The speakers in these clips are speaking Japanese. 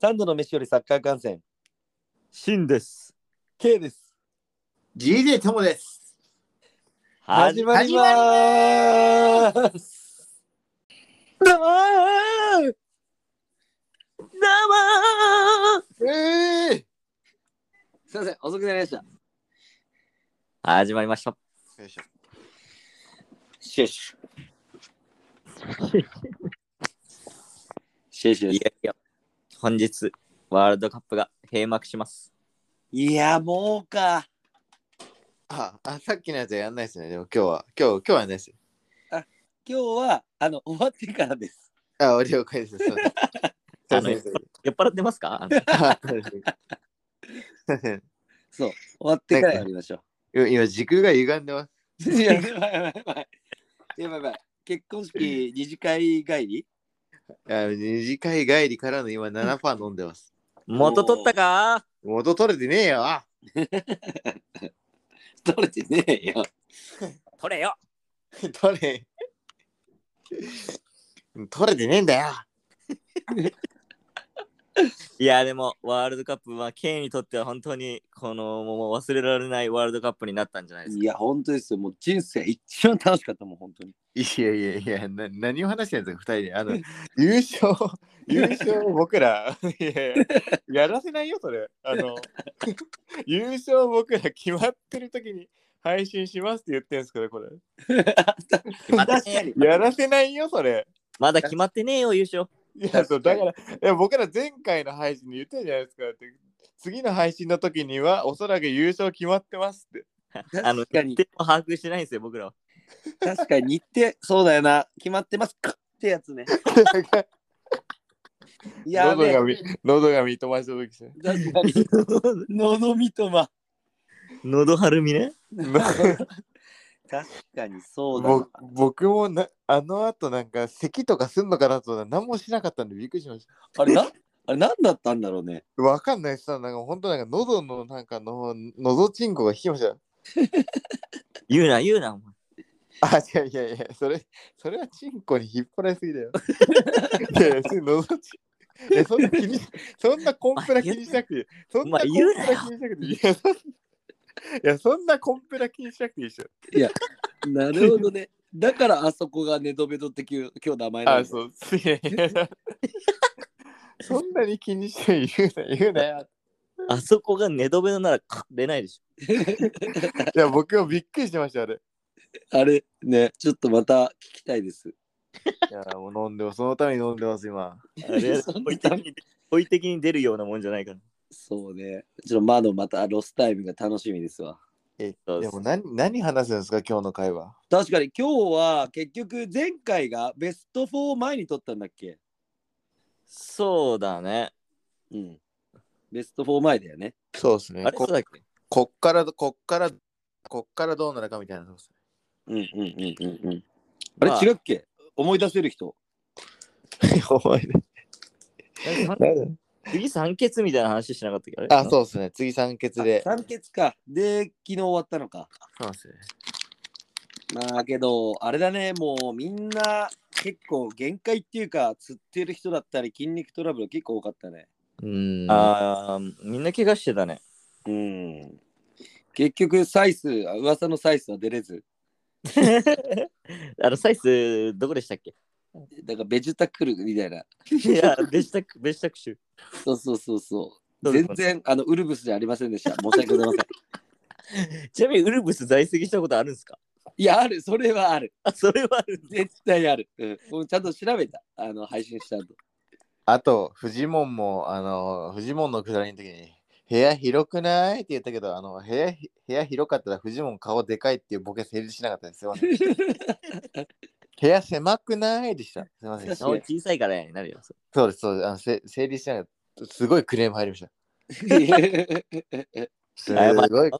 三度の飯よりサッカー観戦シンです。 K です。 GJ ともです。始まりまーす。どうもーどうもええすいません、遅くなりました。始まりました。よいしょ。シュッシシェイシェいイやいや、本日、ワールドカップが閉幕します。ュ。いや、もうか。ああ、さっきのやつはやんないですね。でも今日は、今日、今日はやんないです。今日は、あの、終わってからです。あ、お了解です。すいま せん。すいません酔っ払ってますかあのあすいませんすいませんそう、終わってからやりましょ今 今、時空が歪んでます。う。 いや、やばいやばいやばい。やばいやばい。結婚式二次会帰りあ二次会帰りからの今7%飲んでます。元取ったか元取れてねえよ。あ取れてねえよ。取れよ取れ。取れてねえんだよ。いや、でも、ワールドカップは、ケイにとっては本当に、この、もう忘れられないワールドカップになったんじゃないですいか。や、本当ですよ。もう人生一番楽しかったもん、本当に。いやいやいや、な何を話してんですか、二人で。あの、優勝、優勝を僕ら、いやいや、やらせないよ、それ。あの、優勝を僕ら決まってる時に配信しますって言ってるんですけど、これ。 まだ確かに。やらせないよ、それ。まだ決まってねえよ、優勝。いや、確そうかだにから、いや僕ら前回の配信で言ったじゃないですか。だって次の配信の時には、おそらく優勝決まってます って。あの、確かに日、程も把握してないんですよ、僕らは。確かに日程、そうだよな。決まってますかってやつね。や喉べえがみ、喉が認ました時ですね。確かに。喉みとま。喉はるみね。確かにそうだな僕。僕もなあの後なんか咳とかすんのかなと思ったら何もしなかったんでびっくりしましあれな、あれ何だったんだろうね。た。わかんないです。なんか本当なんか喉のなんかの喉チンコが引きました。言うな、言うな、お前。 あ、違ういやいや、それ、それはチンコに引っ張られすぎだよ。いやいや、それ喉チンいやそんな 気にそんなコンプラ気にしなくていい。そんなコンプラ気にしなくていい。いや、そんないやそんなコンプラ気にしなくていいでしょ。なるほどね。だからあそこがネドベドって今日今日名前なんだあ、そう。い やいやそんなに気にして言うな、言うなよ。あそこが寝止めのなら、か出ないでし いや、僕もびっくりしました、あれ。あれね、ちょっとまた聞きたいです。いや、もう飲んでます。そのために飲んでます、今。ょ。あ れそんな置いてに、置いてきに出るようなもんじゃないから。そうね。ちょっとまだまたロスタイムが楽しみですわ。え、そうでですも何、何話すんですか、今日の会話。確かに今日は結局前回がベスト4を前に取ったんだっけそうだね。うん。ベスト4前だよね。そうですねあれそうだっけこっから、こっから、こっからどうなるかみたいなのです。うんうんうんうんうん。まああれ違うっけ思い出せる人。お前ねなんか次三欠みたいな話しなかったっけあれあ、そうですね。次三欠で。あ三欠か。で、昨日終わったのか。そうですね。まあけど、あれだね、もうみんな結構限界っていうか、釣ってる人だったり、筋肉トラブル結構多かったね。うーん。あーみんな怪我してたね。うん。結局、サイス、あ噂のサイスは出れず、あのサイズどこでしたっ けだからベジタックルみたいな。いや、ベジタク、ベジタク州。そうそうそうそう。どういう全こと然、あの、ウルブスじゃありませんでした。申し訳ございません。ちなみにウルブス在籍したことあるんですかいや、ある、それはある。あ、それはあるんだ。絶対ある。うん。もうちゃんと調べた。あの、配信した後。 あと、フジモンも、あの、フジモンのくだりの時に、部屋広くないって言ったけど、あの、部屋、部屋広かったらフジモン顔でかいっていうボケ成立しなかったですよね。 部屋狭くないでした。すいません。顔小さいからやに なるよ。そそうです、そうです。あのせ整理しながら、すごいクレーム入りました。すあやばいごい。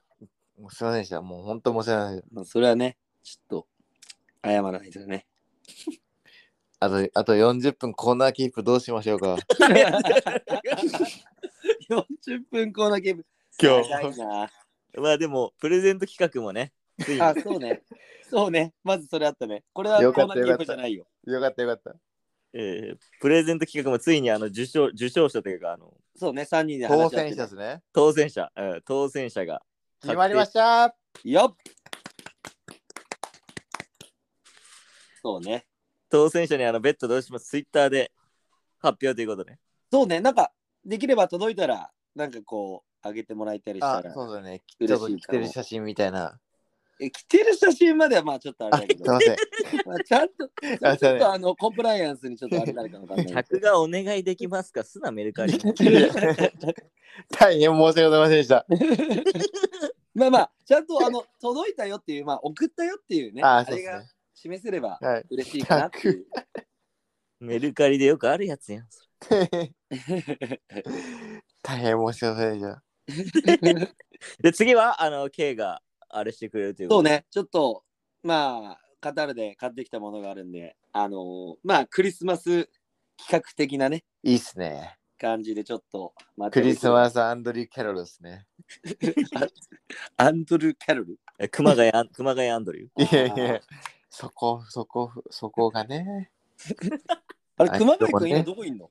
もうすいませんでした。もう本当申し訳ないです。まあ、それはね、ちょっと、謝らないと ね。 あと、あと40分コーナーキープどうしましょうか。 40分コーナーゲーム。今長いな うまあでも、プレゼント企画もね、ついにあ、そうね。そうね。まずそれあったね。これはよコーナかったー企画じゃないよ。 よかったよかった。えープレゼント企画もついにあの受賞受賞者というかあのそうね。3人で当話し合っ選てしたた。ですね。当選者、うん当選者が決まりましたよっそうね。当選者にあのベッドどうしますツイッターで発表ということでそうね。なんか、できれば届いたら、なんかこう、あげてもらえたりしたあ、ら。そうだね。嬉しいかちょっもと着てる写真みたいな。え、着てる写真まではまあちょっとああ、れすだけいど、ません。まあちゃんと、あちそょうっねとあの、コンプライアンスにちょっとあれなるかもわかんないけ客ど。がお願いできますかすなメ ルカリ大変申し訳ございませんでした。まあまあ、ちゃんとあの、届いたよっていう、まあ送ったよっていうね、ああそうでれすねが示せればはい。嬉しいかなっていう。メルカリでよくあるやつやん 大変申し訳ございませんでした。で次はあの K があれしてくれるというこそとうでね、ちょっと、まあ、カタールで買ってきたものがあるんで、あのーまあ、クリスマス企画的なね、いいっすね。感じでちょっと、またクリスマス・アンドリュー・キャロルですね。アンドルー・キャロル。え熊谷 あ熊谷アンドリューいやいや、そこ、そこ、そこがね。あれ、あ熊谷そう君、ね今どこいんの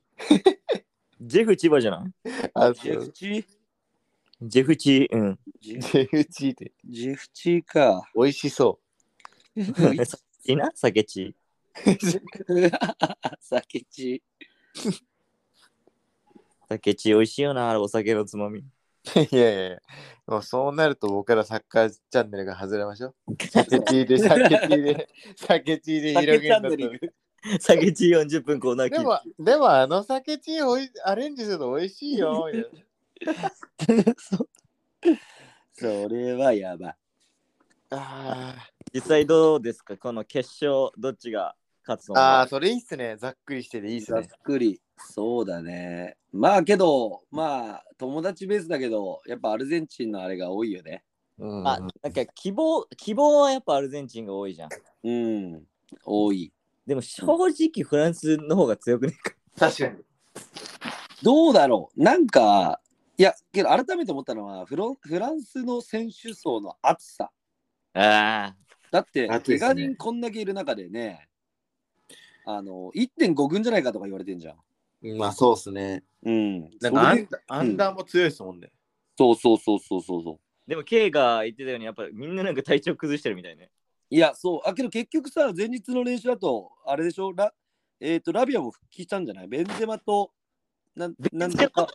ジェフ千葉じゃないあ、ジそェフう。チジェフチうんジジェェフチーってジェフチ か。美味しそいな 酒地酒チ酒地美味しいよなあれお酒のつまみ う。 いやいやいや、もうそうなると僕らサッカーチャンネルが外れましょう。酒チーで、酒チーで、 酒チーで広酒げチるャんンだネルった行ら。く。酒地40分コーナーキでーも、でもあの酒チーおいアレンジするの美味しい よ。みたいなそうそれはやばい。あ実際どうですかこの決勝どっちが勝つーのあー、それいいっすね。ざっくりしてていいっすざっね。くり。そうだね。まあけど、まあ友達ベースだけど、やっぱアルゼンチンのあれが多いよね。うんまあ、なんか希望希望はやっぱアルゼンチンが多いじゃんうん。多い。でも正直フランスの方が強くねえか確かに。どうだろうなんか、いや、けど改めて思ったのはフロン、フランスの選手層の厚さ。ああだって、厚い怪ですね我人こんだけいる中でね、あの、1.5軍じゃないかとか言われてんじゃん。まあ、そうっすね。うん。なそんかアれンダアンダーも強いですもんね。そうそうそうそうそうそう。でも K が言ってたようにやっぱみんななんか体調崩してるみたいねいや、そう。あ、けど結局さ、前日の練習だと、あれでしょラ、えっ、と、ラビアも復帰したんじゃないベンゼマと、なん、なんとか。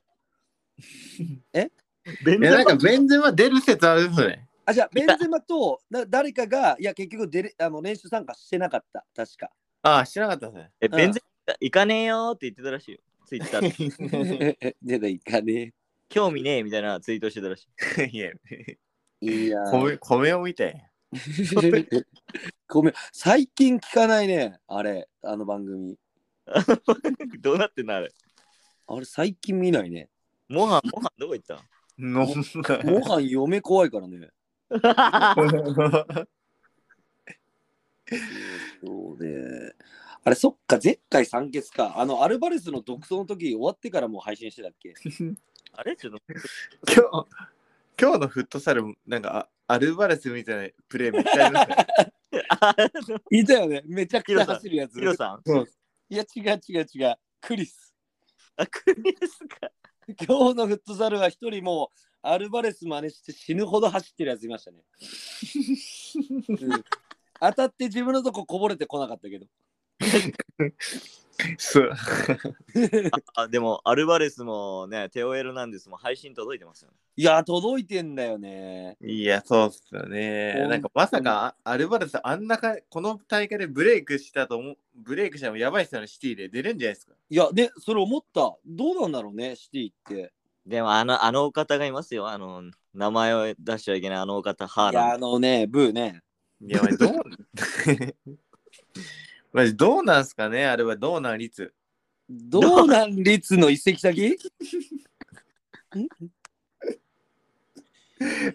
ベンいや、なんかベンゼマ出る説あるっすね。あ、じゃあ、ベンゼマと、な誰かが、いや、結局出れ、あの、練習参加してなかった。確か。ああ、知らなかったでえベンゼ行かねえよって言ってたらしいよツイッターで すね。出ていかね興味ねえみたいなツイートしてたらしいいや、え。いやー。米米を見て。 ごめん。最近聞かないね。あれ、あの番組。 どうなってんのあれあれ、最近見ないね。モハンモハンどこ行ったのご飯嫁怖いからね。 そうで。あれ、そっか、絶対酸欠か。あの、アルバレスの独走の時終わってからもう配信してたっ けあれちょっと今日、今日のフットサル、なんかあアルバレスみたいなプレーめっちゃありますね。 あいたよね。めちゃくちゃ走るやつ。ヒロさんいや、違う違う違う。クリス。あクリスか今日のフットサルは一人もうアルバレス真似して死ぬほど走ってるやついましたね。うん当たって自分のとここぼれてこなかったけど。そう。 あでもアルバレスもねテオエルなんですも配信届いてますよねいや、届いてんだよね。いや、そうっすよね。なんかまさかあアルバレスあんなか、この大会でブレイクしたと思う、ブレイクしたのやばいっすよね、シティで出れんじゃないですか。いや、ね、それ思った。どうなんだろうね、シティって。でもあの、あのお方がいますよ。あの、名前を出しちゃいけないあのお方、ハーいや、ラあン。のね、ブーね。いや、まあどう、 まあどうなんすかね、あれはどうなん率。どうなん率の移籍先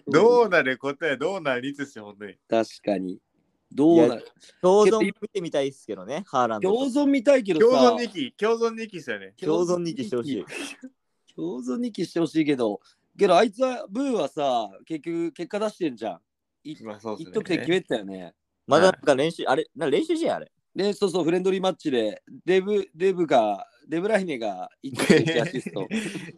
どううなる答え、どうなん率っすよ、本当に。確かに。どうな共存見てみたいですけどね、ハーランドと。共存見たいけど共さ。存2期、共存2期っすよね。共存に期してほしい。共存日記してほしいけど、けどあいつは、ブーはさ、結局結果出してんじゃん。いまあそうで一すね。得点決めてたよね。まだなんか練習、あれ、な練習試合あれ。で、そうそう、フレンドリーマッチで、デブ、デブが、デブライネが1得点アシス ト。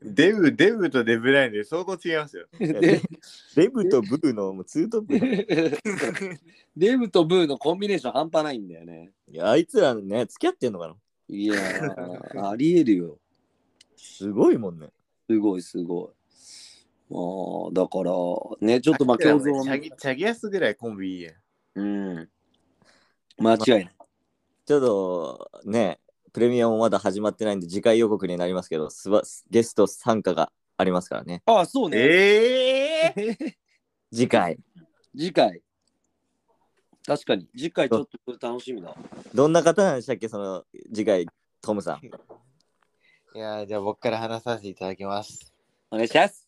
デブ、デブとデブラインで相当違いますよ。で、 デブとブーのもうツートップ。いデブとブーのコンビネーション半端ないんだよね。や、あいつらね、付き合ってんのかないやー、ありえるよ。すごいもんね。すごい、すごい。まあ、だから、ね、ちょっとまあ、で共もね存チャギ、チャギアスぐらいコンビいいやん。うん。間違いない。ちょっとね、プレミアもまだ始まってないんで、次回予告になりますけど、すばゲスト参加がありますからね。ああ、そうね。ええ 次回。次回。確かに、次回ちょっと楽しみだ。どんな方なんでしたっけ、その次回、トムさん。いやーじゃあ僕から話させていただきます。お願いします。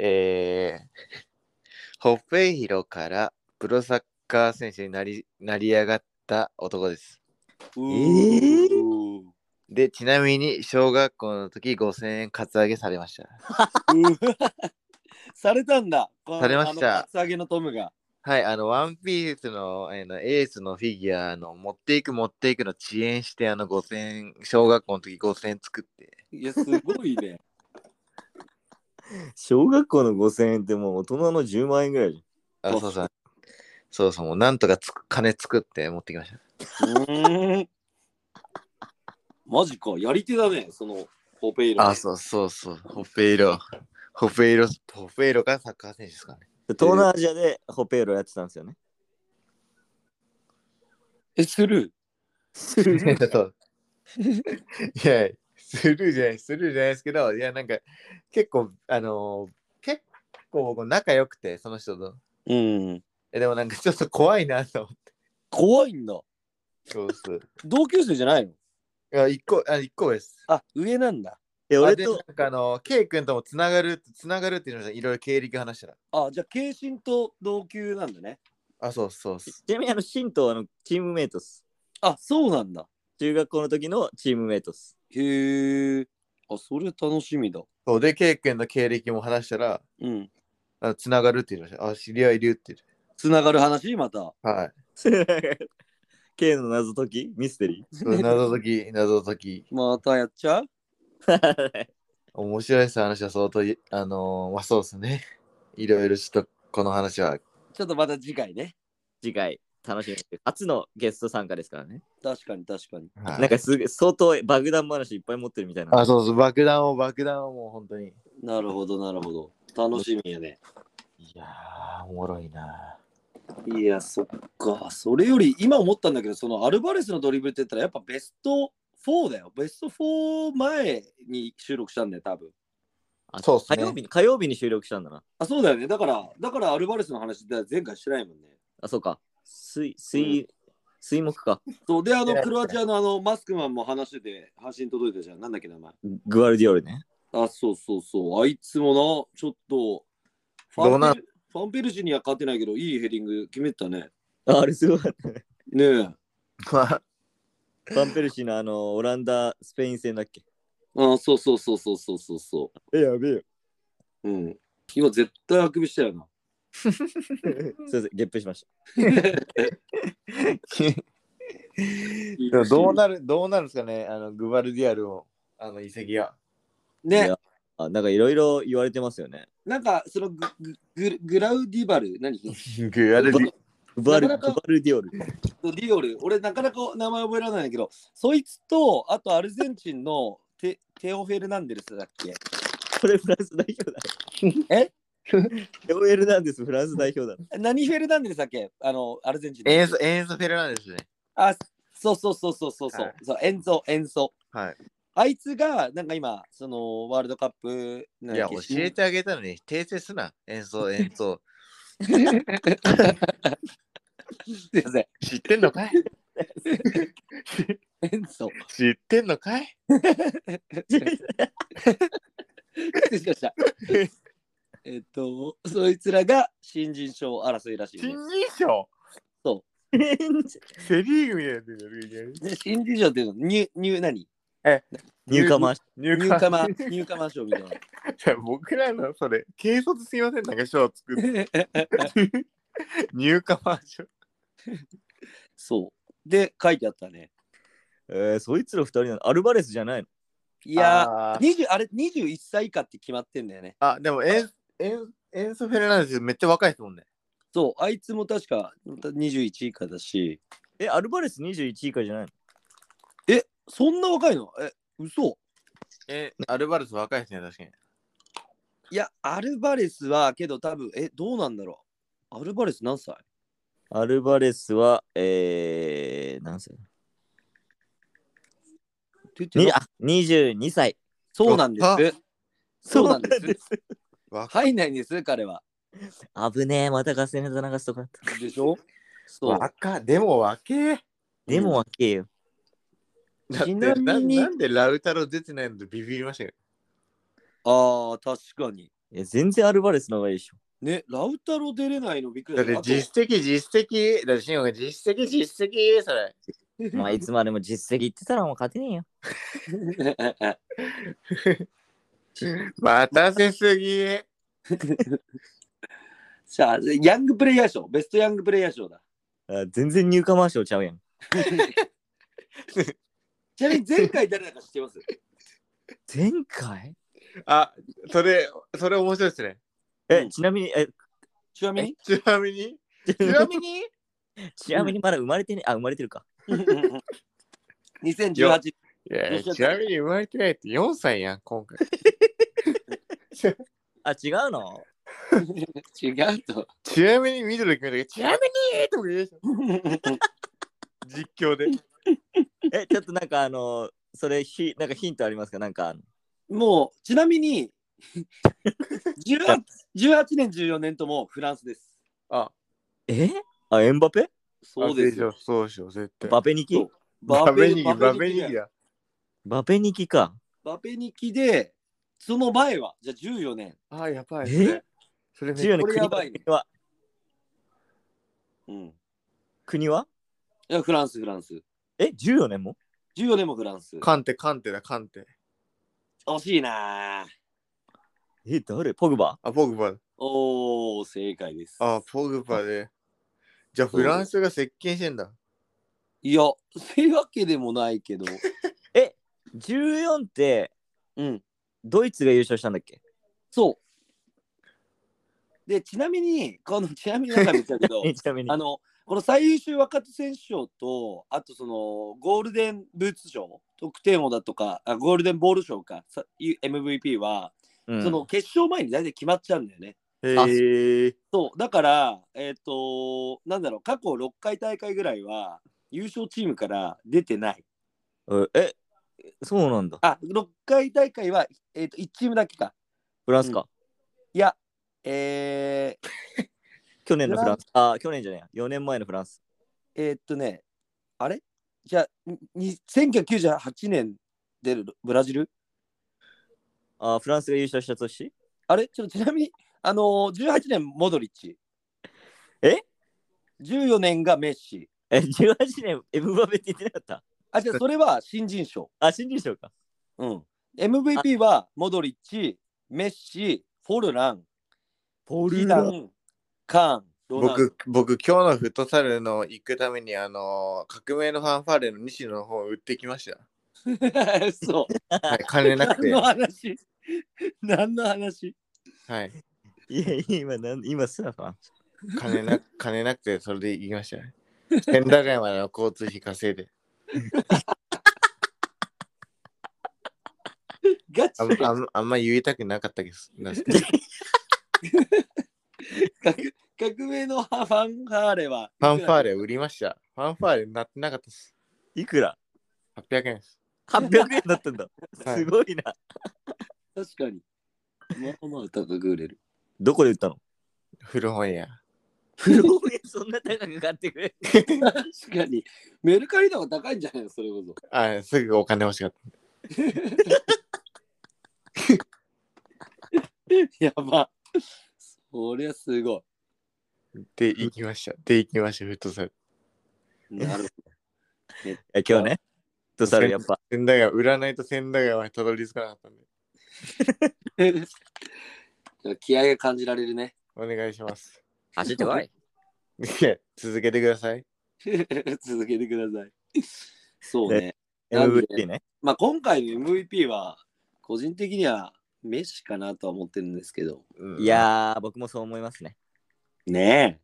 えー、ホッペイヒロからプロサッカー選手になりなり上がった男です。えーで、ちなみに小学校の時5000円カツアゲされました。されたんだ。このされましたあの厚揚げのトムが。はい、あの、ワンピースのあのエースのフィギュアの持っていく持っていくの遅延して、あの5000円、小学校の時5000円作って。いや、すごいね。 小学校の5000円ってもう大人の10万円ぐらいじあ、おそうそう。そうそう、もうなんとかつく金作って持ってきました。うーんマジか、やり手だね、その、ポペイロ。あ、そうそうそう、ホッペイロ。ホッペイロ、ホッペイロがサッカー選手ですかね。ゃん。東南アジアでホペーロやってたんですよね。え、する。 そういや、スルーじゃない、スルーじゃないですけど、いや、なんか、結構、あのー結構僕仲良くて、その人と。うん。えでもなんかちょっと怖いなと思って。怖いんだ。そうそう。同級生じゃないのいや、一個、あ、一個です。あ、上なんだ。え、あ俺で、と、なんかあのー、ケイ君ともつながる、つながるっていうのじゃいろいろ経歴話したら。あ、じゃあ、慶心と同級なんだね。あ、そうそうそう。ちなみにあの、シンとあのチームメイトっす。あ、そうなんだ。中学校の時のチームメイトっ す。へえ。あ、それ楽しみだ。そうで、ケイ君の経歴も話したら、うん。あつながるって言いました。あ、知り合いいるって言って。つながる話、また。はい。 K の謎解きミステリそう謎解き、謎解き。またやっちゃう ー面白いです話は相当い、あのーまあそうですね。いろいろちょっとこの話は、ちょっとまた次回ね。次回楽しみにして初のゲスト参加ですからね。確かに確かに。はいなんかすごい相当爆弾話いっぱい持ってるみたいな。あ、そうそう、爆弾を爆弾をもう本当に。なるほど、なるほど。楽しみやね。いやー、おもろいな。いや、そっか。それより、今思ったんだけど、そのアルバレスのドリブルって言ったら、やっぱベスト4だよ。ベスト4前に収録したんだよ、多分。あそうっす火ね曜日に火曜日に収録したんだな。あ、そうだよね。だから、だからアルバレスの話って前回してないもんね。あ、そうか。水、水、水木か。そうで、あの、してないクロアチアのあの、マスクマンも話してて、配信届いたじゃん。なんだっけ、名前。グアルディオルね。あ、そうそうそう。あいつもな、ちょっと、フどうァンなんペルファンペルシには勝てないけど、いいヘディング決めてたね。ああれすごかったね。ねえ。パンペルシーのあの、オランダ、スペイン戦だっけ。あそうそうそうそうそうそうそえ、やべえよ。う。うん。今絶対あくびしたよな。すいません、ゲップしました。でもどうなる、どうなるんですかね、あの、グバルディアルを、あの、遺跡が。いねや、あなんかいろいろ言われてますよね。なんかそのググググラウディバル、何デグバルディグアルなかなかグアルディオル。ィオル、俺なかなか名前覚えられないんだけど、そいつと、あとアルゼンチンのテテオ・フェルナンデルスだっけこれフランス代表だ。えテオエルなんです、フランス代表だ。何フェルナンデルスだっけあの、アルゼンチンのエンソ、エンソフェルナンデスね。あ、そうそうそうそうそうそう、はいそう演奏、演奏。はい。あいつが、なんか今、そのワールドカップなんいだや、っけ教えてあげたのに、訂正すな。演奏、演奏。すいません、知ってんのかい演奏。知ってんのかい失礼しま した。えっと、そいつらが新人賞争いらしいね、新人賞セリーグみたいになってるで新人賞っていうの、ニュー、ニュー何ニューカマー入ニューカマ、ニューカマ賞みたいな。 僕らのそれ、軽率すいません、なんか賞作って。入荷バージョン。 そう。で、書いてあったね。えー、そいつら二人なのアルバレスじゃないのいやー、あ20あれ、21歳以下って決まってんだよね。ーあ、でもエン、エン、エンソ・フェルナンデスめっちゃ若いですもんね。そう、あいつも確か21以下だし。え、アルバレス21以下じゃないのえ、そんな若いのえ、嘘え、アルバルス若いですね、確かに。いや、アルバレスは、けど多分、え、どうなんだろうアルバレス何歳アルバレスは、えー、何歳出てにないあ ?22 歳。そうなんです。そうなんです。若い。入んないんです、彼は。危ねえ、またガスネタ流すとかだった。でしょそう。若い。でも若え。でもわけえよ。だってちなみにななんでラウタロ出てないのとビビりましたよ。ああ、確かに。いや、全然アルバレスの方がいいでしょ。ね、ラウタロ出れないのびっくりだっねてあと実績、実績。だってシンゴが実績、実績。それ。まあ、いつまでも実績言ってたらもう勝てねえよ。 待たせすぎ。じゃあ、ヤングプレイヤー賞、ベストヤングプレイヤー賞だ。あ全然入荷マーションちゃうやん。ちなみに前回誰だか知ってます前回あ、それ、それ面白いですね。え、うんちなみに、え、ちなみにちなみに、ちなみに、 ちなみにまだ生まれてね、あ、生まれてるか。 2018いやいやちなみに生まれてないって4歳やん、今回。あ、違うの違うと。ちなみにミドル君だけ、ちなみにとか言うでしょ実況で。え、ちょっとなんかあの、それひ、なんかヒントありますかなんかあの、もう、ちなみに 18, 18年、14年ともフランスです。あ、えあ、エンバペそうですよ。よ。そうでしょ、絶対。バペニキそうバベニキ、バベニだキよだ。バペニキか。バペニキで、その前は、じゃあ14年。あ、やばい。えそれめっち14ゃ年これ国やはばいね国はうん。い国はや、フランス、フランス。え、14年も14年もフランス。カンテ、カンテだ、カンテ。惜しいなぁ。え、誰ポグバあ、ポグバ。おー、正解です。あ、ポグバで。じゃあ、フランスが接近してんだ。いや、そういうわけでもないけど。 ?14 ってうん、ドイツが優勝したんだっけ、そう。で、ちなみに、この、ちなみになんか見たけど えちなみにあ。の、この最優秀若手選手賞と、あとその、ゴールデンブーツ賞、得点王だとか、あゴールデンボール賞か、さ MVP は、うんその決勝前に大体決まっちゃうんだよね。へあえ。そう、だから、えっ、と、なんだろう、過去6回大会ぐらいは、優勝チームから出てない。え、えそうなんだ。あ、6回大会は、えっと1チームだけか。フランスか。いや、えー、去年のフランス。あ、去年じゃねえや。4年前のフランス。えーっとね、あれじゃあ、に1998年出るブラジルあ、フランスが優勝した年あれちょっとちなみに、あのー、18年モドリッチ。え ?14 年がメッシ。え、18年エムバペって言ってなかったあ、じゃあそれは新人賞。あ、新人賞か。うん。MVP はモドリッチ、メッシ、フォルラン、ポヒダン、カーン、ロナウド。僕、僕、今日のフットサルの行くために、あのー、革命のファンファーレの西野の方を売ってきました。 そう。はい、金なく何て。のは話 何の話い、いやいや、今なん、今すらか金 な金なくて、それで行きましたね。千駄ヶ谷までの交通費稼いで。ガチあんであんあんま言いたくなかったです。なんすけどフ革革命のファンファーレは。ァンファーレ売りました。ファンファーレになってなかったです。いくら800円です。 800円だった んだ。はいすごいな。確かに。まあまあ高く売れる。どこで売ったの古本屋。古本屋 そんな高く買ってくれ。 確かに。メルカリの方が高いんじゃないのそれこそ。あすぐお金欲しかっやば。そりゃすごた。で、行きました。で、行きました、フットサル。い。なるほど。え今日ね。とさるやっぱ。千駄ヶ谷、売らないと千駄ヶ谷はたどり着かなかったんで。 気合が感じられるね。お願いします。走ってこい。いや続けてください。 続けてください。そうね。なんで MVP ね。まあ今回の MVP は、個人的にはメッシかなとは思ってるんですけど。うんいやー、僕もそう思いますね。ね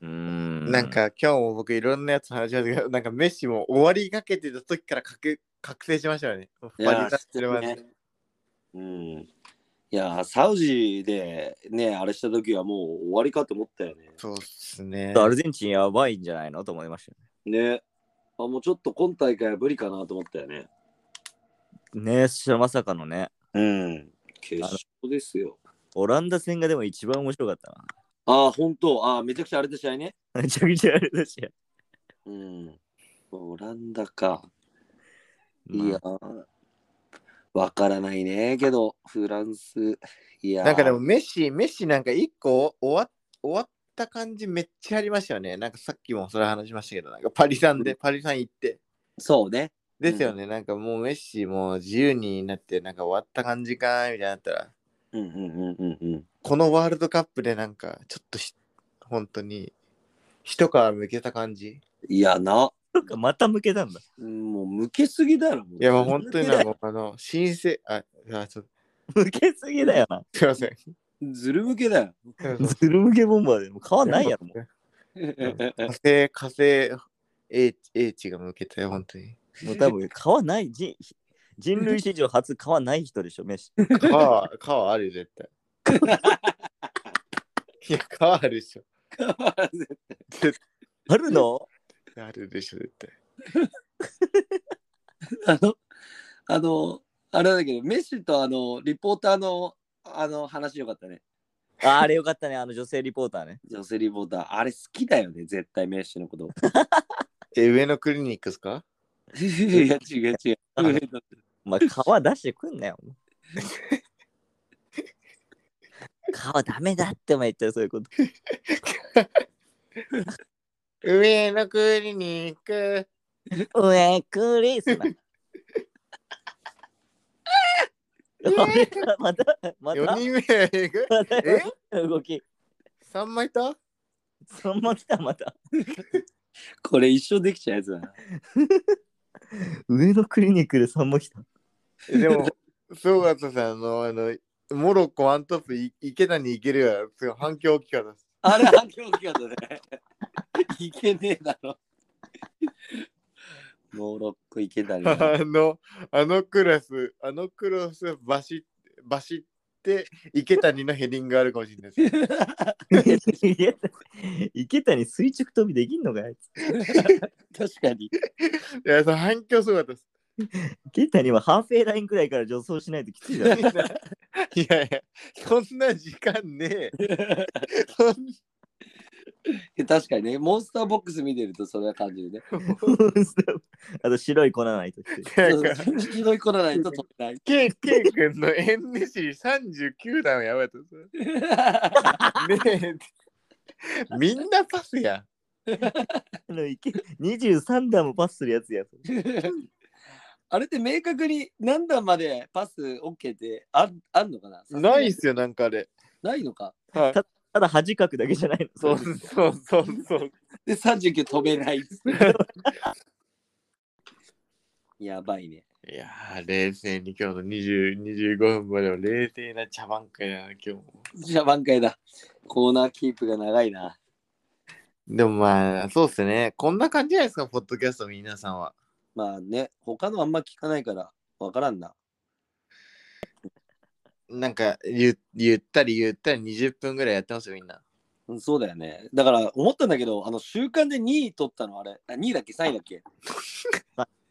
うーん。なん、か今日も僕いろんなやつ話しましたけど、なんかメッシも終わりがけてた時から確覚醒しましたよね。いバやーリ出してるわね知っ。え。うん。いや、サウジでね、あれした時はもう終わりかと思ったよね。そうっすね。アルゼンチンやばいんじゃないのと思いましたね。あもうちょっと今大会は無理かなと思ったよね。よね。ねえ、まさかのね。うん。決勝ですよ。オランダ戦がでも一番面白かったああ、本当。ああ、めちゃくちゃあれでしたね。 な。めちゃくちゃあれだし。うん。オランダか。まあいやー、わからないね。けど、フランス。いやー、なんかでもメッシ、メッシなんか一個終わ終わった感じめっちゃありましたよね。なんかさっきもそれ話しましたけど、なんかパリさんで、パリさん行って。そうね。ですよね、なんかもうメッシも自由になって、なんか終わった感じかーみたいになったら、うんうんうんうんうん。このワールドカップでなんかちょっとし本当に一皮むけた感じ。いやな、なんかまた向けたんだ。うんもう向けすぎだろ。もういや、もう本当になんかあの、申請、あ、あちょっと向けすぎだよな。すいません。ずる向けだよ。ズル向けボンバーでも変わんないやろ。もう 火星、火星、英英知が向けたよ、本当に。もう多分変わんない。人人類史上初変わんない人でしょ、メッシ。皮は、皮はあるよ、絶対。 いや、皮あるでしょ。あるのあるでしょ、絶対。あの、あの、あれだけど、メッシとあの、リポーターの、あの話よかったね。ああれよかったね、あの女性リポーターね。女性リポーター。あれ好きだよね、絶対メッシの こと。え、上のクリニックですかいや、違 う違う。あのまあ、皮出してくんなよ。もう皮ダメだってお前言ったよ、そういうこと。上のクリニック。上クリスマス。また、また4、人目えぐまたえ動き。 ?3 枚いたそんま来た、また。これ一生できちゃうやつだな。上のクリニックで3も来た。えで も、そうだったさんの、あの、モロッコワントップい池田に行けるよ。すごい反響大きかったです。あれ反響大きかったね。いけねえだ ろ。モーロッコいけ たね。 あの、あのクラス、あのクラスバシッ、バシって、池谷のヘディングあるかもしれ ないです。池谷垂直飛びできんのかい確かに。いや、その反響すごかったです。池谷はハーフウェイラインくらいから助走しないときついだろ。いやいや、そんな時間ねえ。そん確かにね、モンスターボックス見てるとそれは感じるね。あと白い粉ないときつい。そうなんか、そうひどい子らないと止めない。ケイケイ君の縁日39段はやばいと。ねえ。みんなパスや。あの池23段もパスするやつや。 あれって明確に何段までパス OK ってああんのかなんないっすよ、なんかあれ。ないのか。はいただ恥かくだけじゃないその。うそうそうそう。で、39飛べない。 やばいね。いやー、冷静に今日の20 25分までは冷静な茶番会だな、今日も。じゃあ挽回だ。コーナーキープが長いな。でもまあ、そうっすね。こんな感じじゃないですか、ポッドキャスト皆さんは。まあね、他のあんま聞かないからわからんな。なんかゆ、ゆったりゆったり20分ぐらいやってますよ、みんな。うんそうだよね。だから思ったんだけど、あの週間で2位取ったのあれ、あ2位だっけ ?3 位だっけ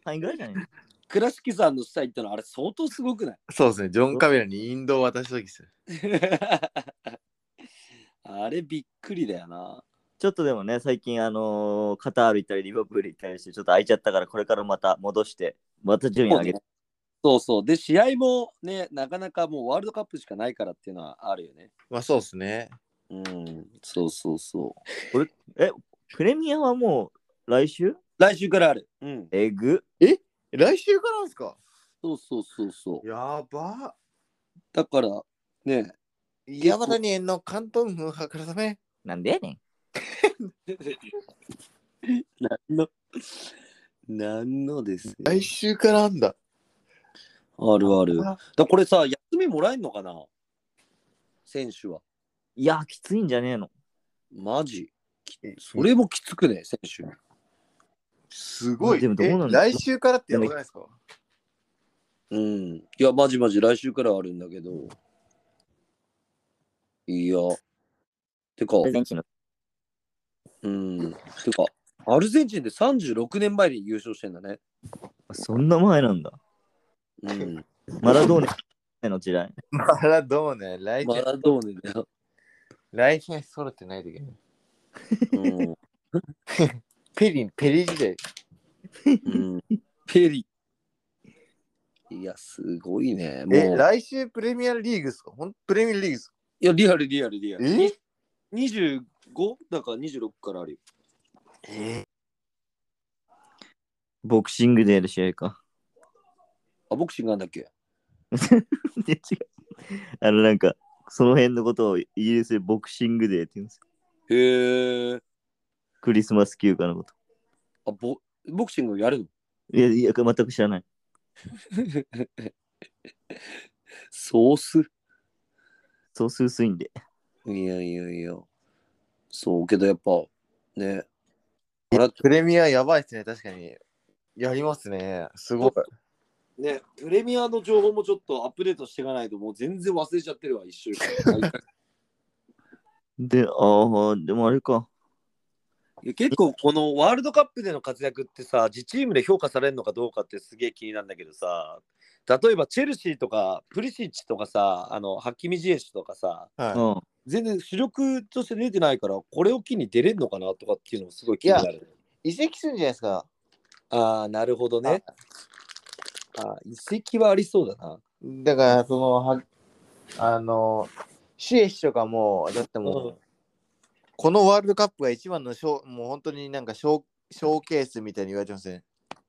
範囲ぐらいじゃないの倉敷さんの下行ったのあれ相当すごくない そうですね、ジョン・カビラにインドを渡した時ですよ。あれびっくりだよな。ちょっとでもね、最近、あのーカタール行ったり、リバプール行ったりして、ちょっと空いちゃったから、これからまた戻して、また順位上げる。そうそう。で、試合もね、なかなかもうワールドカップしかないからっていうのはあるよね。まあそうですね。うん、そうそうそう。プレミアはもう来週来週からある。うん。えぐ来週からですかそうそうそうそう。やば。だから、ね、山谷園の関東風博らめ。なんでやねん。何の、何のですね。来週からあんだ。あるある。あだこれさ、休みもらえんのかな選手は。いや、きついんじゃねえの。マジ。きそれもきつくね、選手。すごい。でもどうなんえだ来週からってやばくないですかうん。いや、マジマジ、来週からあるんだけど。いや。てか、アルゼンチンの。うん。てか、アルゼンチンって36年前に優勝してんだね。そんな前なんだ。うん。マラドーネの時代。マラドーネ、来マ週、ラドーネだよ。来週揃ってないといけない。うん。ペリン、ペリ時代。うん、ペリ。いや、すごいね。もうえ、来週プレミアリーグですかほんプレミアリーグですかいや、リアルリアルリアル。え25だから26からあるよ。ボクシングデーの試合か。あ、ボクシングなんだっけ いや違う。あの、なんか、その辺のことをイギリスでボクシングデーって言うんですよ。へえ。クリスマス休暇のこと。あ、ボボクシングやるのいや、いや、全く知らない。ソースそうす薄いんで。いやいやいや。そう、けどやっぱ、ね。あらプレミアやばいですね、確かに。やりますね。すごい。ね、プレミアの情報もちょっとアップデートしていかないと、もう全然忘れちゃってるわ、一週間。で、ああ、でもあれか。いや結構このワールドカップでの活躍ってさ自チームで評価されるのかどうかってすげえ気になるんだけどさ例えばチェルシーとかプリシッチとかさあのハッキミジエシュとかさはうん。全然主力として出てないからこれを機に出れるのかなとかっていうのもすごい気になる、い、移籍するんじゃないですかああなるほどねあー移籍はありそうだなだから、その、はあの、シエシとかも、だってもう、うんこのワールドカップが一番のショー、もう本当になんかショーショーケースみたいに言われてますね。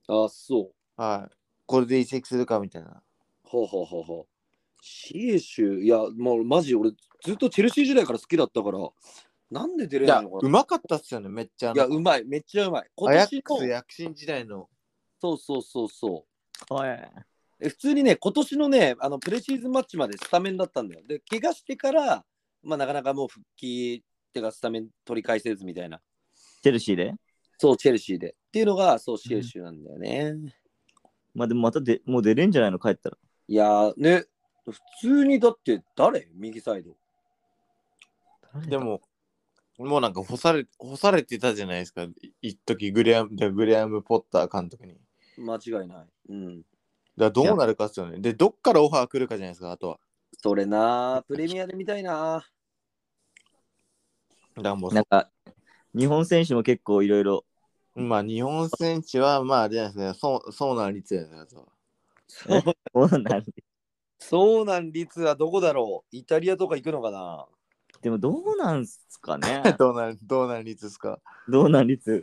あーそうはい。これで移籍するかみたいな。ほうほうほうほうシエシュいやもうマジ俺ずっとチェルシー時代から好きだったからなんで出れいないや、のうかなまかったっすよね、めっちゃ。いや、うまい、めっちゃうまい。今アヤッ年クスの躍進時代の。そうそうそうそう。はい。え普通にね、今年のね、あのプレシーズンマッチまでスタメンだったんだよ。で、怪我してから、まあ、なかなかもう復帰ってか、スタメン取り返せずみたいな。チェルシーでそう、チェルシーで。っていうのが、そう、シエシュなんだよね。まあでもまたでもう出れんじゃないの帰ったら。いやー、ね、普通にだって誰右サイド。でも、もうなんか干され干されてたじゃないですか、い一時グレアム、グレアム・ポッター監督に。間違いない。うん。だからどうなるかっすよね。で、どっからオファー来るかじゃないですか、あとは。それなー、プレミアで見たい なだからもうなんか、日本選手も結構いろいろ、 まあ、日本選手は、まあ、あれじゃないですね、そうそうな率ですね、あとは。 ー。そうなんでそうなん、率はどこだろうイタリアとか行くのかなでもどうなんす かねどうなる、どうなる率ですか。どうなん率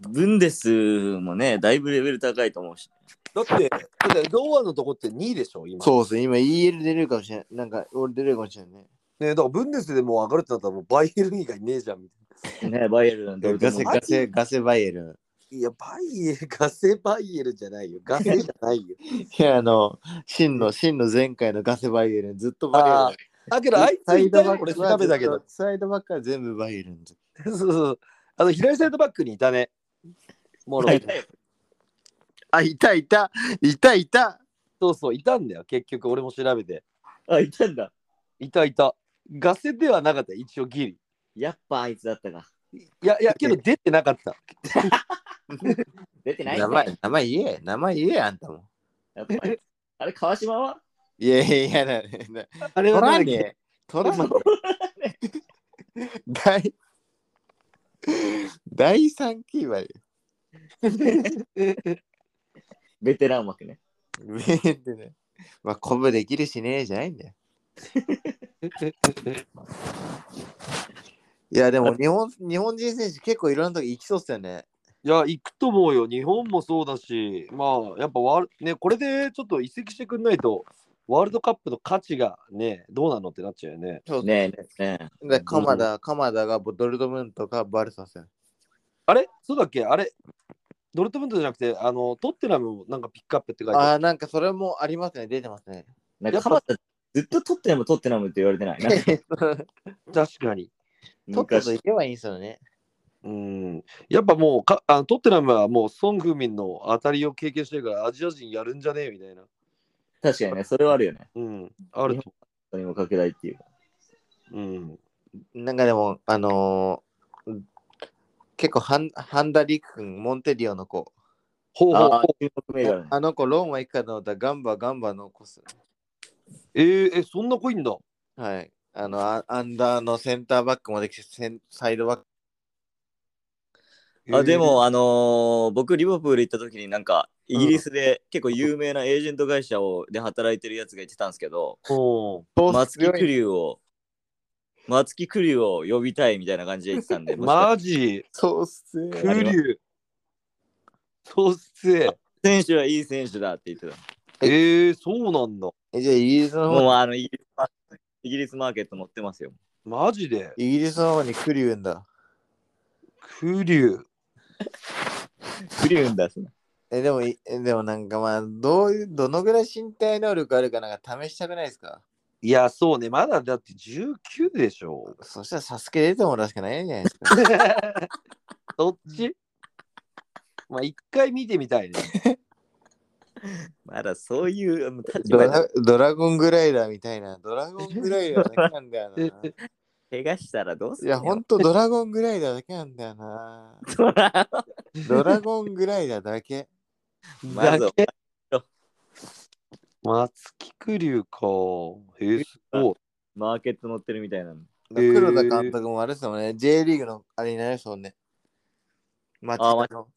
ブンデスもね、だいぶレベル高いと思うし。だって、だって堂安のとこって2位でしょ、今。そうですね、今 EL 出れるかもしれない。なんか、俺出れるかもしれないね。ねだからブンデスでもう上がるってなったらもうバイエルン以外ねえじゃんみたいね、バイエルン、ドルトガムンセ、トガセ、ガセバイエルン。な。いや、バイエル、ガセバイエルじゃないよ。ガセじゃないよ。いや、あの、真の、真の前回のガセバイエルン、ずっとバイエルンあ。だけど、あいつサイいドたバよ、ッ俺ク調はずべったけどと。。サイドバックは全部バイエルン。 そうそうそう。あの、左サイドバックにいたね。モロはいイはいあ、いたいたいたいたそうそう、いたんだよ。結局、俺も調べて。あ、いたんだ。いたいた。ガセではなかった、一応ギリ。やっぱあいつだったか。いやいや、けど出てなかった。出てない名前、名前言え、名前言え、あんたも。やっぱりあれ、川島はいやいやいや、ななあれ取らはねね、え。取ら ねえ。 第、第三キーワーよ。ベテラン枠ね。めえってね。まあ、コブできるしねえじゃないんだよ。いや、でも日本、日本人選手結構いろんなとこ行きそうっすよね。いや、行くと思うよ。日本もそうだし、まあ、やっぱわ、ね、これでちょっと移籍してくんないと、ワールドカップの価値がね、どうなのってなっちゃうよね。そうねえ、ねえ。で、鎌田、鎌田がボドルドムントかバルサ戦。あれそうだっけあれドルトムントじゃなくて、あの、トッテナムもなんかピックアップって書いてあある。あ、なんかそれもありますね。出 てますね。なんやかっぱ鎌田、ずっと取ってなも取ってなもって言われてない。なんか確かに。とっとと昔行けばいいんですよね。うん。やっぱもうかあの、トッテナムはもうソン・グンミンの当たりを経験してるから、アジア人やるんじゃねえみたいな。確かにね、それはあるよね。うん。あると。それにも拡大っていうか。うん。なんかでも、あのーうん結構ハン、ハンダリク君、モンテディオの子。ほうほうほああう。、注目銘柄ね。あの子、ローマ行くかと思ったら、ガンバ、ガンバの子っす。えー、え、そんな濃いんだ。はい。あの、アアンダーのセンターバックもできて、センサイドバック。あでも、あのー僕、リバプール行った時に、なんか、イギリスで結構有名なエージェント会社をで働いてるやつがいてたんですけど、えー、おー松木玖生を、松木玖生を呼びたいみたいな感じで言ってたんで、もしかしマジそうっすね。空流そうっせえたら選手はいい選手だって言ってた。えー、そうなんだ。えじゃあイギリスの方もうあのイギリスマーケットイギリスマーケット乗ってますよ。マジでイギリスの方に来るんだ。空流 クリューンだすな。え、でもい、えでもなんかまあ、どういう、どのぐらい身体能力あるかなんか試したくないですかいや、そうね。まだだって19でし ょ。そしたらサスケ出てもらうしかないじゃないですか。どっちまあ、一回見てみたいね。まだそういうあの立ド場でラドラゴングライダーみたいな。ドラゴングライダーだけなんだよ な。い怪我したらどうするや、ほんとドラゴングライダーだけなんだよな。ドラゴングライダーだけ。まずだけ松木玖生か。えー、すごい。マーケット乗ってるみたいなの。黒田監督もあれですもんね。J リーグのあれになりますもんね。町田の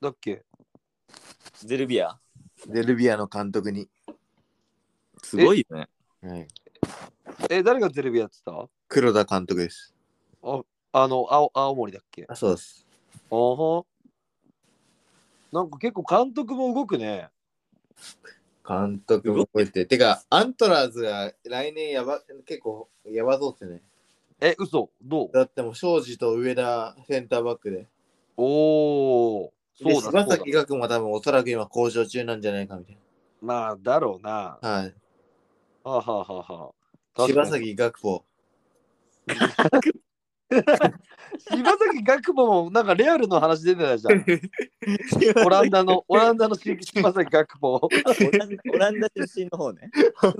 だっけゼルビア。デルビアの監督に。すごいよね。はい、え、誰がテレビやってた黒田監督です。あの、青青森だっけああ、そうです。はなんか結構監督も動くね。監督も覚えて。てか、アントラーズが来年やば、結構やばそうですね。え、嘘どうだってもう、庄司と上田センターバックで。おお、そうでだそうだ柴崎岳も多分おそらく今交渉中なんじゃないかみたいまあ、だろうな。はな。はい。あ、はあはあはあ、確か柴に崎岳 歩。柴崎学ももなんかレアルの話出てた じゃん。オランダの、オランダの柴崎 学も。オランオランダ出身の方ね。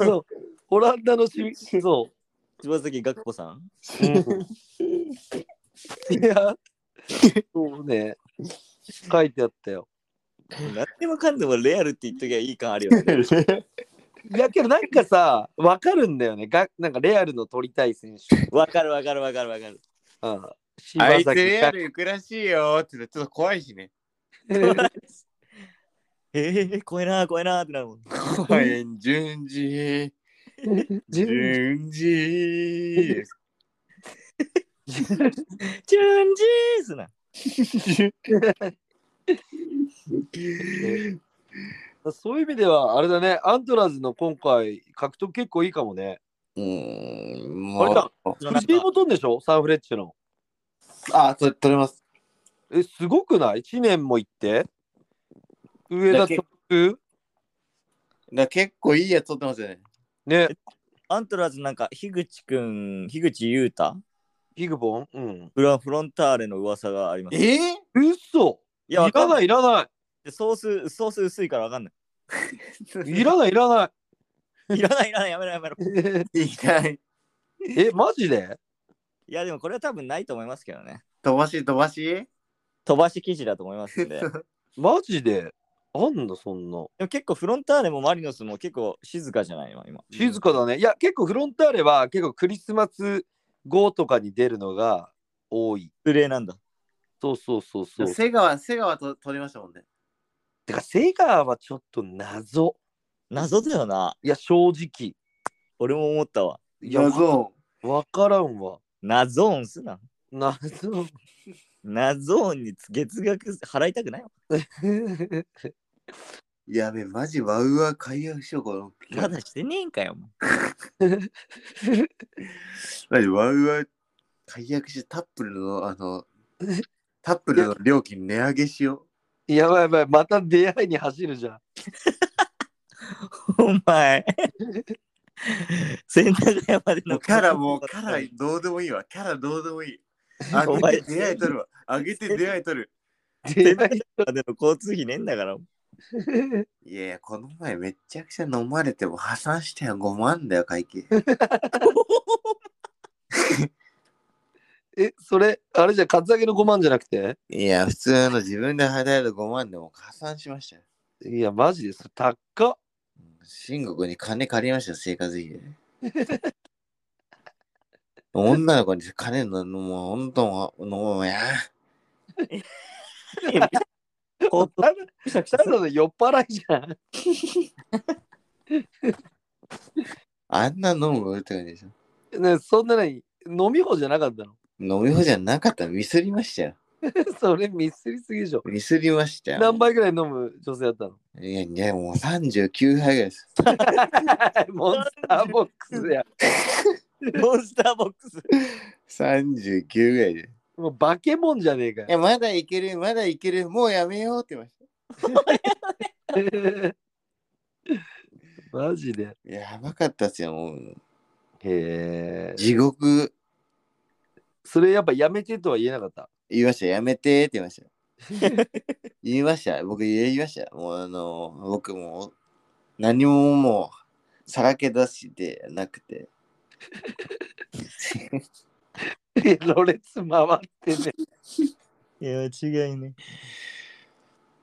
そうオランダのし、そ柴崎岳子さん。う。いや、そうね。書いてあったよ。何でもかんでもレアルって言っときゃいい感ある よね。いやけどなんかさ、わかるんだよね。がなんかレアルの取りたい選手。わかるわかるわかるわかる。うん、あ柴いつ崎レア岳ル行くらしいよってちょっと怖いし ね。ええ怖いな怖いなってなるもん。怖い、順次、純順次。チュンジーすな。そういう意味では、あれだね、アントラーズの今回、獲得結構いいかもね。うーん、あれだもう。藤井も取んでしょサンフレッチェの。あ、それ取れます。え、すごくない ?1 年も行って。上田直球だから結構いいやつ取ってますよね。ね、アントラーズなんか、樋口くん、樋口優太ヒグボンうん。フラフロンターレの噂があります。いえ嘘や、わいらかんな。ないい、いらな。ソース、ソース薄いからわかんない。いらない、いらないいらない、いらない、やめろやめろ。い。えいない。え、マジでいや、でもこれは多分ないと思いますけどね。飛ばし飛ばし飛ばし記事だと思いま すんで。でマジであんだ、そんな。も結構フロンターレもマリノスも結構静かじゃないの今。静かだね。いや、結構フロンターレは、結構クリスマス後とかに出るのが多い。失礼なんだ。そうそうそうそう。瀬川、瀬川と取りましたもんね。てか、セガーはちょっと謎。謎だよな。いや、正直。俺も思ったわ。いや、ぞ。わからんわ。謎音すな。謎。 謎音に月額払いたくないわ。やべ、マジワウワウ解約しようかな。まだしてねえんかよ。もうマジワウワウ解約してタップルのあの、タップルの料金値上げしよやばいやばい、また出会いに走るじゃん。お前。 千駄ヶ谷までう。ものうキャラもうキャラどうでもいいわ。キャラどうでもいい。上げて出会い取るわ。上げて出会い取る。出 会いまでの交通費ねえん だから。いやいや、この前めっちゃくちゃ飲まれても破産したよ。5万だよ、会計。え、それ、あれじゃん、カツアゲの5万じゃなくていや、普通の自分で働いた5万でも破産しましたよ。いや、マジです。高っ。新国に金借りましたよ、生活費で。女の子に金の、もう本当もう、もうや。交ただ通費ただの酔っ払いじゃん。あんな飲むって感じでしょ。ね、そんなに飲み放じゃなかったの飲み放じゃなかった。ミスりましたよ。 それミスりすぎでしょ。ミスりましたよ。何杯ぐらい飲む女性だったの いや、いやもう39杯ぐらいです。モンスターボック スや。 モンスターボックス。 39ぐらいで。いもう化け物じゃねえかよ。や、まだいける、まだいける、もうやめようって言いまし マジで。た。やばかったっすよ、もう。へえ。地獄それやっぱやめてとは言えなかった。 言いました、やめてって言いました。 言いました。僕言いました。もうあの、僕も何ももうさらけ出してなくて。いやろれつ回ってね。 いや、違いね。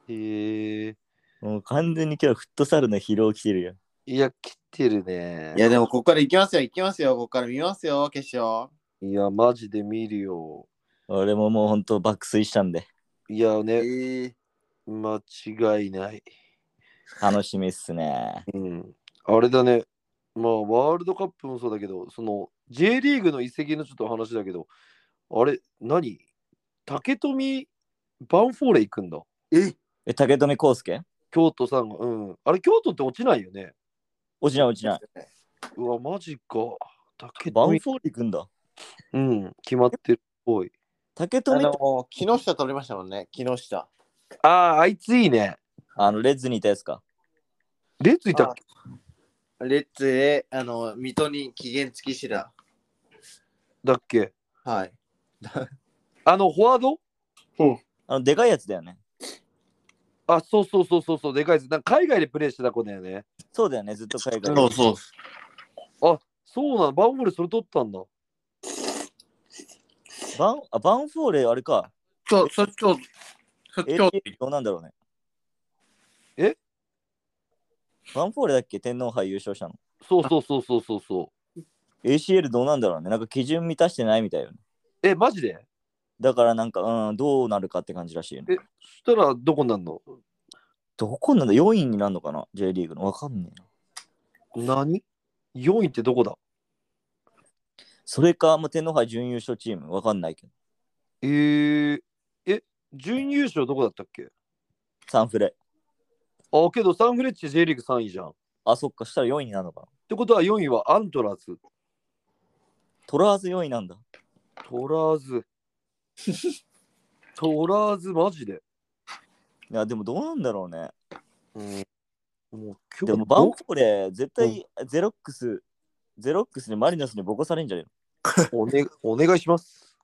へえ。もう完全に今日フットサルの疲労きてるよ。いや、来てるねい。やでもここから行きますよ、行きますよ、ここから見ますよ、決勝。いや、マジで見るよ。俺ももう本当爆睡したんで、いやえね、ー、間違いない。楽しみっすね。うん、あれだね、まあ、ワールドカップもそうだけど、その J リーグの移籍のちょっと話だけど、あれ、何竹富バンフォーレ行くんだ。ええ、竹富康介京都さんが、うん。あれ、京都って落ちないよね。落ちない落ちなうわ、マジか。竹い。バンフォ富ー、レ行くんだ。うん、決まってるっぽい。竹あ富っての、木下取りましたもんね、木下。ああ、あいついいね。あの、レッズにいたやつか。レッツいたっけレッツへ、あの、水戸に期限付きしら。だっけはい。あの、フォワードあの、でかいやつだよね。あ、そうそうそうそうそう、でかいです。なんか海外でプレーしてた子だよね。そうだよね、ずっと海外そうそう。そうなの、バンフォーレそれ取ったんだ。バンあバンフォーレ、あれか。そう、そっちを、そっ AKB どうなんだろうね。えバンフォーレだっけ天皇杯優勝したの。そうそうそうそうそうそう。 ACL どうなんだろうね。なんか基準満たしてないみたいよね。え、マジでだからなんか、うん、どうなるかって感じらしいよね。え、そしたらどこになんのどこなんだ ?4 位になるのかな ?J リーグの。わかんねえな。何 ?4 位ってどこだそれか、もう天皇杯準優勝チーム。わかんないけど。えー、え、準優勝どこだったっけサンフレ。あ、けどサンフレッチェ J リーグ3位じゃん。っあ、そっか。したら4位になるのかなてことは4位はアントラーズ。トラーズ4位なんだ。トラー ズ。トラーズマジで。いや、でもどうなんだろうね。うん。もう今日でもバンフォーレ、絶対ゼロックス、ゼロックスにマリノスにボコされんじゃねえのお,、ね、お願いし ます。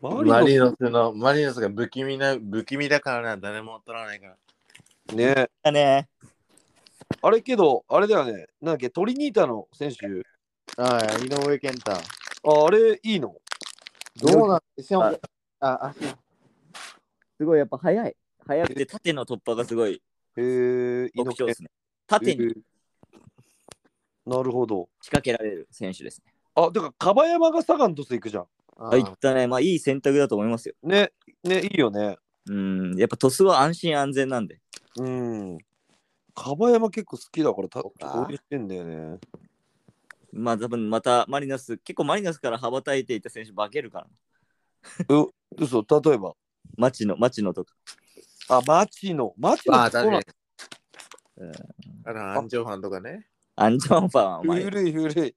ママリリノスの、マリノスが不気味な、不気味だからな、誰も取らないから。ノねだね。あれけど、あれだよね。なんだっけ、トリニータの選手。ああ、井上健太。ああれ、いいのどうなんですよ。はいあ、あ、すごい、やっぱ早い。早くて縦の突破がすごいへえ、特猪徴木ですね。縦にえ仕ーなるほど。掛けられる選手ですね。あ、だから、かばやまがサガン鳥栖行くじゃん。あ、いったね。まあ、いい選択だと思いますよ。ね、ね、いいよね。うん、やっぱ鳥栖は安心安全なんで。うん。かばやま結構好きだから、たそっか応援してんだよね。まあ、多分またマリノス、結構マリノスから羽ばたいていた選手化けるからな。う、嘘、例えば。町野、町野とか。あ、マチノ。マチノっああ、てそ確うなんかに。あの、アンジョファンとかね。アンジョンファンはお前、古い古い。い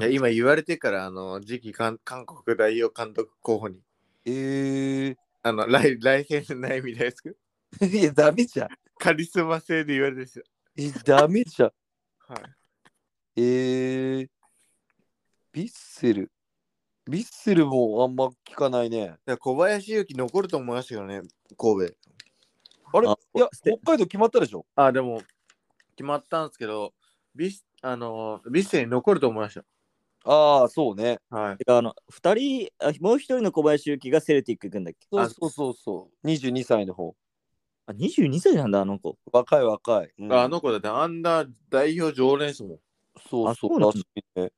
や今言われてから、あの、次期韓韓国代表監督候補に、えあの、来来年の悩みですー、 いや、ダメじゃん。カリスマ性で言われてるんですよ。え、ダメじゃん。はえい。ー、ビッセル。ビッセルもあんま聞かないね。いや小林勇輝残ると思いますけどね、神戸。あれあいや、ステ北海道決まったでしょあ、でも、決まったんですけど、ビス、あの、ビッセに残ると思いましああ、そうね。た。はい。てかあの二人あ、もう一人の小林幸がセルティック行くんだっけそうそうそうそう。22歳の方。あ、22歳なんだ、あの子。若い若い。うんあの子だってアンダー代表常連ですもん。そうあそそううなんらだしいね。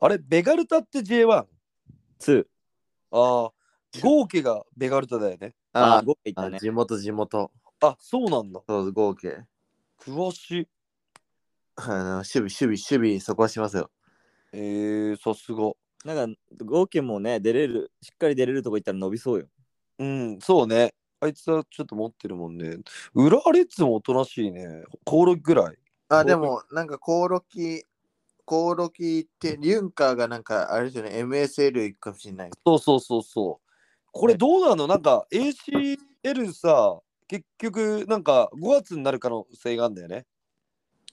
あれ、ベガルタって J1? あ2。あ、豪家がベガルタだよね。あ、5行ったあね。地元地元。あ、そうなんだ。そう、合計。詳しい。あの、守備、守備、守備、そこはしますよ。えー、さすが。なんか、合計もね、出れる、しっかり出れるとこ行ったら伸びそうよ。うん、そうね。あいつはちょっと持ってるもんね。裏レッズもおとなしいね。コオロギぐらい。あ、でも、なんか、コオロキ、コオロキって、リュンカーがなんか、あれですよね、MSL 行くかもしれない。そうそうそうそう。これどうなのなんか ACL さ、結局なんか5月になる可能性があるんだよね。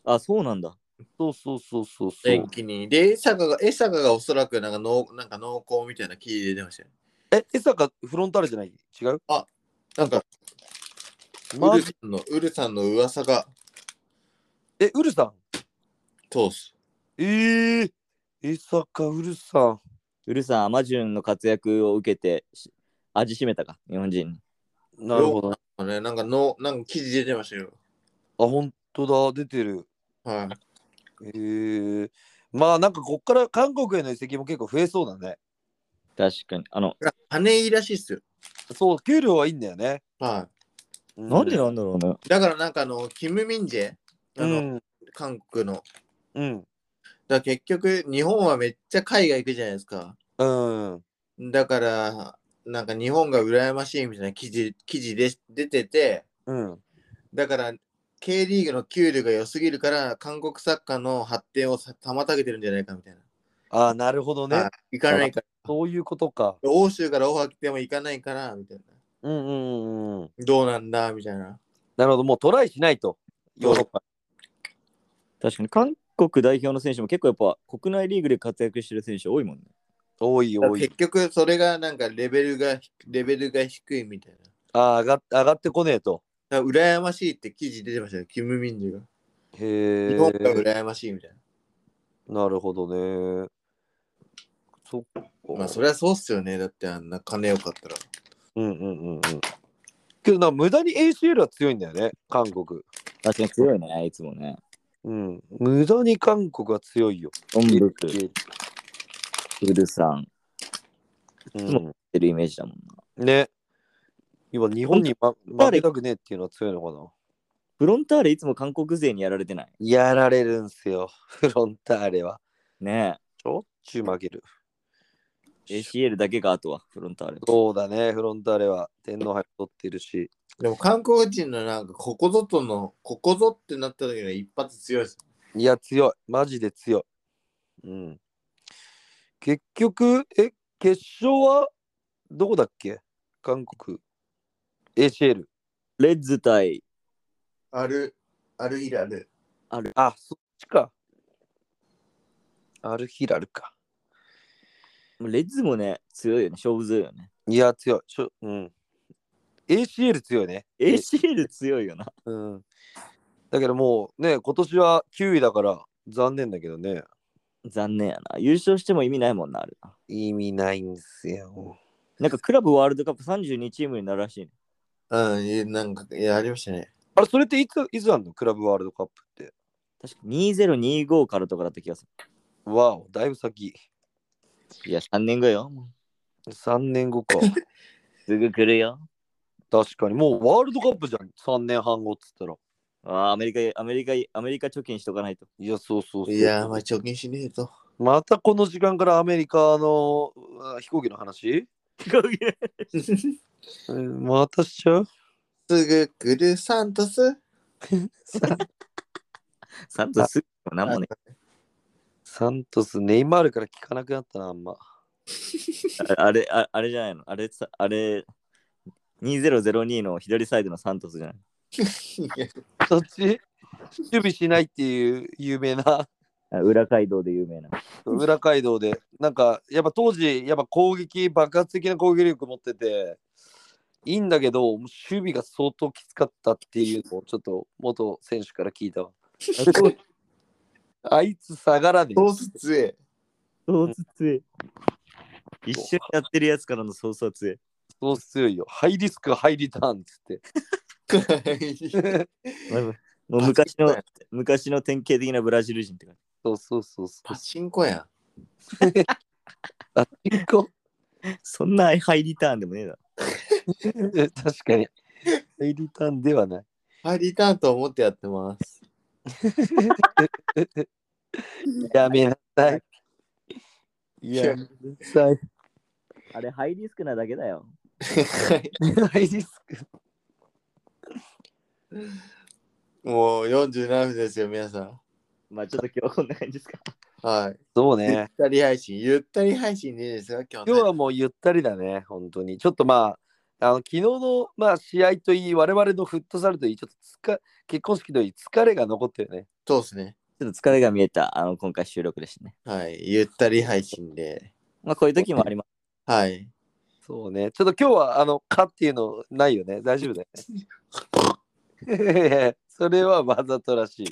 あ、そうなんだ。そうそうそうそうそう。一気に。で、江坂が、江坂がおそらくなんか、濃なんか濃厚みたいなキー出てましたよ。え、江坂フロンターレじゃない違うなんか、ウマルジさんの、ウルさんの噂が、え、ウルさん通す。ええ江坂ウルさん。うるさん、アマジュンの活躍を受けて、し味しめたか、日本人に。なるほど。あ、あね、なんか、の、なんか記事出てましたよ。本当だ。出てる。はい。ええまあなんかこっから韓国への移籍も結構増えそうだね。確かに。あの、羽いいらしいっすよ。そう、給料はいいんだよね。はうなんでなんだろうね。い。だから、なんか、あの、キム・ミンジェ、あうの、ん。韓国の。うん。だから結局、日本はめっちゃ海外行くじゃないですか。うん。だから、なんか日本が羨ましいみたいな記事記事で出てて、うん。だから、K リーグの給料が良すぎるから、韓国サッカーの発展をさ妨げてるんじゃないかみたいな。ああ、なるほどねあ。行かないから。そういうことか。欧州からオファー来ても行かないから、みたいな。うんうんうんうん。どうなんだみたいな。なるほど、もうトライしないと。ヨーロッパ。確かに、韓国代表の選手も結構やっぱ、国内リーグで活躍してる選手多いもんね。多いだから多い。結局、それがなんかレベルが、レベルが低いみたいな。ああ、上がっ上がってこねえと。だから羨ましいって記事出てましたよ、キム・ミンジが。へ日え。本が羨ましいみたいな。なるほどね。そっか。まあそれはそうっすよね。だってあんな金よかったら。うんうんうんうん。けどな、無駄に ACL は強いんだよね、韓国。確かに強いね、あいつもね。うん。無駄に韓国は強いよ。オンブック、うウルさん、っん、てるイメージだもんな。ね。今、日本に、ま、負けたくねえっていうのは強いのかな。フロンターレいつも韓国勢にやられてない。やられるんすよ、フロンターレは。ねちょっちゅう負ける。え。ACL だけがあとは、フロンターレ。そうだね、フロンターレは天皇杯取ってるし。でも韓国人のなんかここぞとの、ここぞってなった時の一発強いです。いや、強い。マジで強い。うん。結局、え、決勝はどこだっけ韓国。ACL。レッズ対ある、あるいらる。あ、そっちか。アルヒラルか。レッズもね、強いよね、勝負強いよね。いや、強い。しょうん。ACL 強いね。 ACL 強いよな。うん。だけどもうね、今年は9位だから残念だけどね。残念やな。優勝しても意味ないもんな、あれな。意味ないんですよ。なんかクラブワールドカップ32チームになるらしいね。うんいや、なんか、いや、ありましたね。あれ、それっていつ、いつあんのクラブワールドカップって。確か2025からとかだった気がすわお、だいぶ先。る。いや、3年後よ。も3年後 か。うすぐ来るよ。確かに。もうワールドカップじゃん。3年半後っつったら。あーアメリカ、アメリカ、アメリカ貯金しとかないと。 いや、そうそうそう。いやー、 まあ貯金しねえと。またこの時間からアメリカのあ飛行機の話うんまたしちゃうすぐ来るサントス。サントス何もね。 サントス、ネイマールから聞かなくなったな、あんま。あれ、ああれじゃないのあれ、さあれ、2002の左サイドのサントスじゃないそっち守備しないっていう有名 なあ裏街道で有名な。裏街道で、なんかやっぱ当時、やっぱ攻撃、爆発的な攻撃力持ってて、いいんだけど、守備が相当きつかったっていうのをちょっと元選手から聞いたわ。あいつ下がらねえどうすつえ。創卒強一緒にやってるやつからの創卒強そう強いよ。ハイリスク、ハイリターンっつって。もう昔の、昔の典型的なブラジル人って感じ。 そうそうそうそ パチンコやん。う。あ、結構。そんなハイリターンでもねえだ確かに。ハイリターンではない。はい、リターンと思ってやってます。やめなさい。いややめなさい。あれ、ハイリスクなだけだよ。ハイリスク。もう47分ですよ、皆さん。まあちょっと今日こんな感じですか。はい。そうゆ ねっ。たり配信、ゆったり配信でいいですよ、今日今日ね。はもうゆったりだね、本当に。ちょっとまあ、あの昨日の、まあ、試合といい、我々のフットサルといい、ちょっとつか結婚式といい、疲れが残ってるね。そうですね。ちょっと疲れが見えた、あの、今回収録でしたね。はい。ゆったり配信で。まあこういう時もあります。はい。そうね。ちょっと今日は、あの、かっていうのないよね。大丈夫だよね。それはわざとら しい。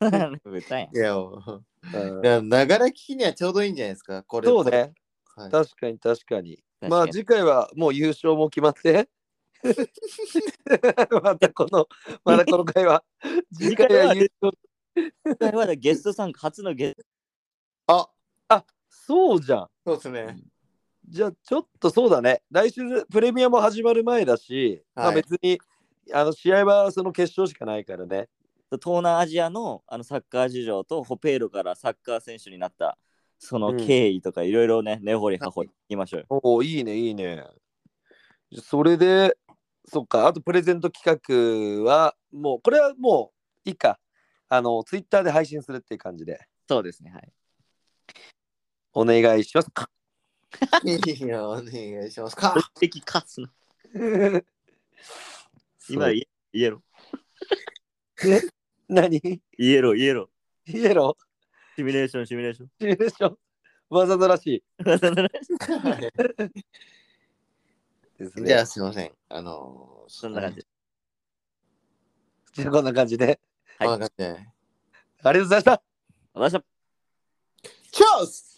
歌やんいや、もうんう、なながら聞きにはちょうどいいんじゃないですか、これ。そうね。はい。確かに確かに。確かにまあ次回はもう優勝も決ま って。またこの、またこの回は。次回は優勝。今回はゲストさん、初のゲスあ、そうじゃん。そうですね。じゃあちょっとそうだね。来週プレミアも始まる前だし、まあはい別にあの試合はその決勝しかないからね。ト、東南アジアのあのサッカー事情と、ホペールからサッカー選手になった、その経緯とか、いろいろね、根掘り葉掘り聞きましょうよ。おお、いいね、いいね。それで、そっか、あとプレゼント企画は、もう、これはもういいか。あの、ツイッターで配信するっていう感じで、そうですね、はい。お願いし ます。いいよ、お願いします か。的かつな。今そう言え言えろ。何言えろ、言えろ。イエロシミュレーション、シミュレーション。ーシミュレーションわざとらしいはいですね。じゃあ、すいません。あのー、そんな感じ。じゃあこんな感じで。はいわかって。ありがとうございました私はチョース